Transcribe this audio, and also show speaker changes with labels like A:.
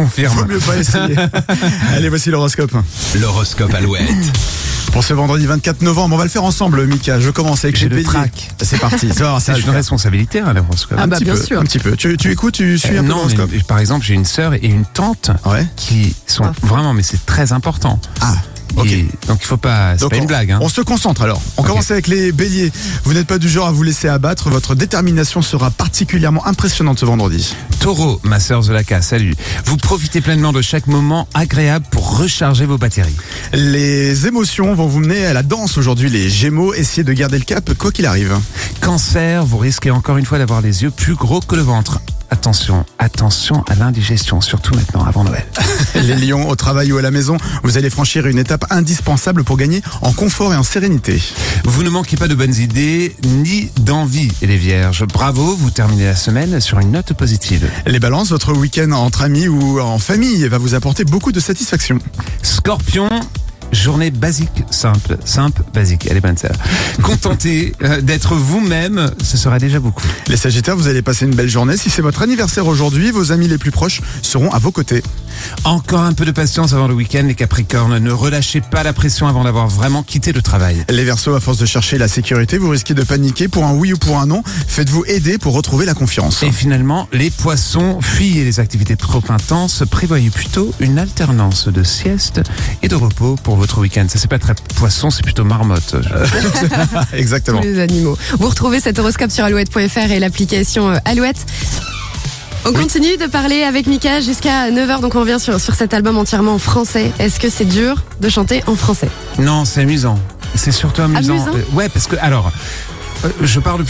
A: confirme.
B: Vaut mieux pas essayer. Allez, voici l'horoscope.
C: L'horoscope Alouette.
B: Pour ce vendredi 24 novembre, on va le faire ensemble, Mika. Je commence avec
A: J'ai
B: les
A: le
B: béliers.
A: trac. Ah,
B: C'est parti. Ça va, ça
A: C'est
B: va le
A: une
B: faire.
A: responsabilité, hein, l'horoscope.
B: Un
D: Ah bah,
B: petit
D: bien
B: peu,
D: sûr.
B: Un petit peu. Tu, tu écoutes, tu suis
A: Euh,
B: un peu
A: non, mais,
B: l'horoscope.
A: mais par exemple, j'ai une sœur et une tante
B: Ouais.
A: qui sont
D: Ah.
A: vraiment, mais c'est très important.
B: Ah. Ok.
A: Et donc il faut pas, c'est
B: Donc,
A: pas
B: on-
A: une blague. Hein.
B: On se concentre alors. On
A: Ok.
B: commence avec les béliers. Vous n'êtes pas du genre à vous laisser abattre. Votre détermination sera particulièrement impressionnante ce vendredi.
A: Taureau, ma sœur Zolaka, salut. Vous profitez pleinement de chaque moment agréable pour recharger vos batteries.
B: Les émotions vont vous mener à la danse aujourd'hui. Les gémeaux, essayez de garder le cap quoi qu'il arrive.
A: Cancer, vous risquez encore une fois d'avoir les yeux plus gros que le ventre. Attention, attention à l'indigestion, surtout maintenant avant Noël.
B: Les lions, au travail ou à la maison, vous allez franchir une étape indispensable pour gagner en confort et en sérénité.
A: Vous ne manquez pas de bonnes idées ni d'envie, les vierges. Bravo, vous terminez la semaine sur une note positive.
B: Les balances, votre week-end entre amis ou en famille va vous apporter beaucoup de satisfaction.
A: Scorpion, journée basique, simple, simple, basique. Elle est bonne celle Contentez euh, d'être vous-même, ce sera déjà beaucoup.
B: Les sagittaires, vous allez passer une belle journée. Si c'est votre anniversaire aujourd'hui, vos amis les plus proches seront à vos côtés.
A: Encore un peu de patience avant le week-end, les Capricornes. Ne relâchez pas la pression avant d'avoir vraiment quitté le travail.
B: Les Verseaux, à force de chercher la sécurité, vous risquez de paniquer pour un oui ou pour un non. Faites-vous aider pour retrouver la confiance.
A: Et finalement, les poissons, fuyez les activités trop intenses, prévoyez plutôt une alternance de sieste et de repos pour votre week-end. Ça, c'est pas très poisson, c'est plutôt marmotte.
B: Exactement.
D: tous les animaux. Vous retrouvez cet horoscope sur alouette.fr et l'application euh, Alouette. On continue de parler avec Mika jusqu'à 9h, donc on revient sur, sur cet album entièrement en français. Est-ce que c'est dur de chanter en français
A: Non, c'est amusant. C'est surtout amusant.
D: Amusant
A: Euh, ouais, parce que, alors, euh, je parle depuis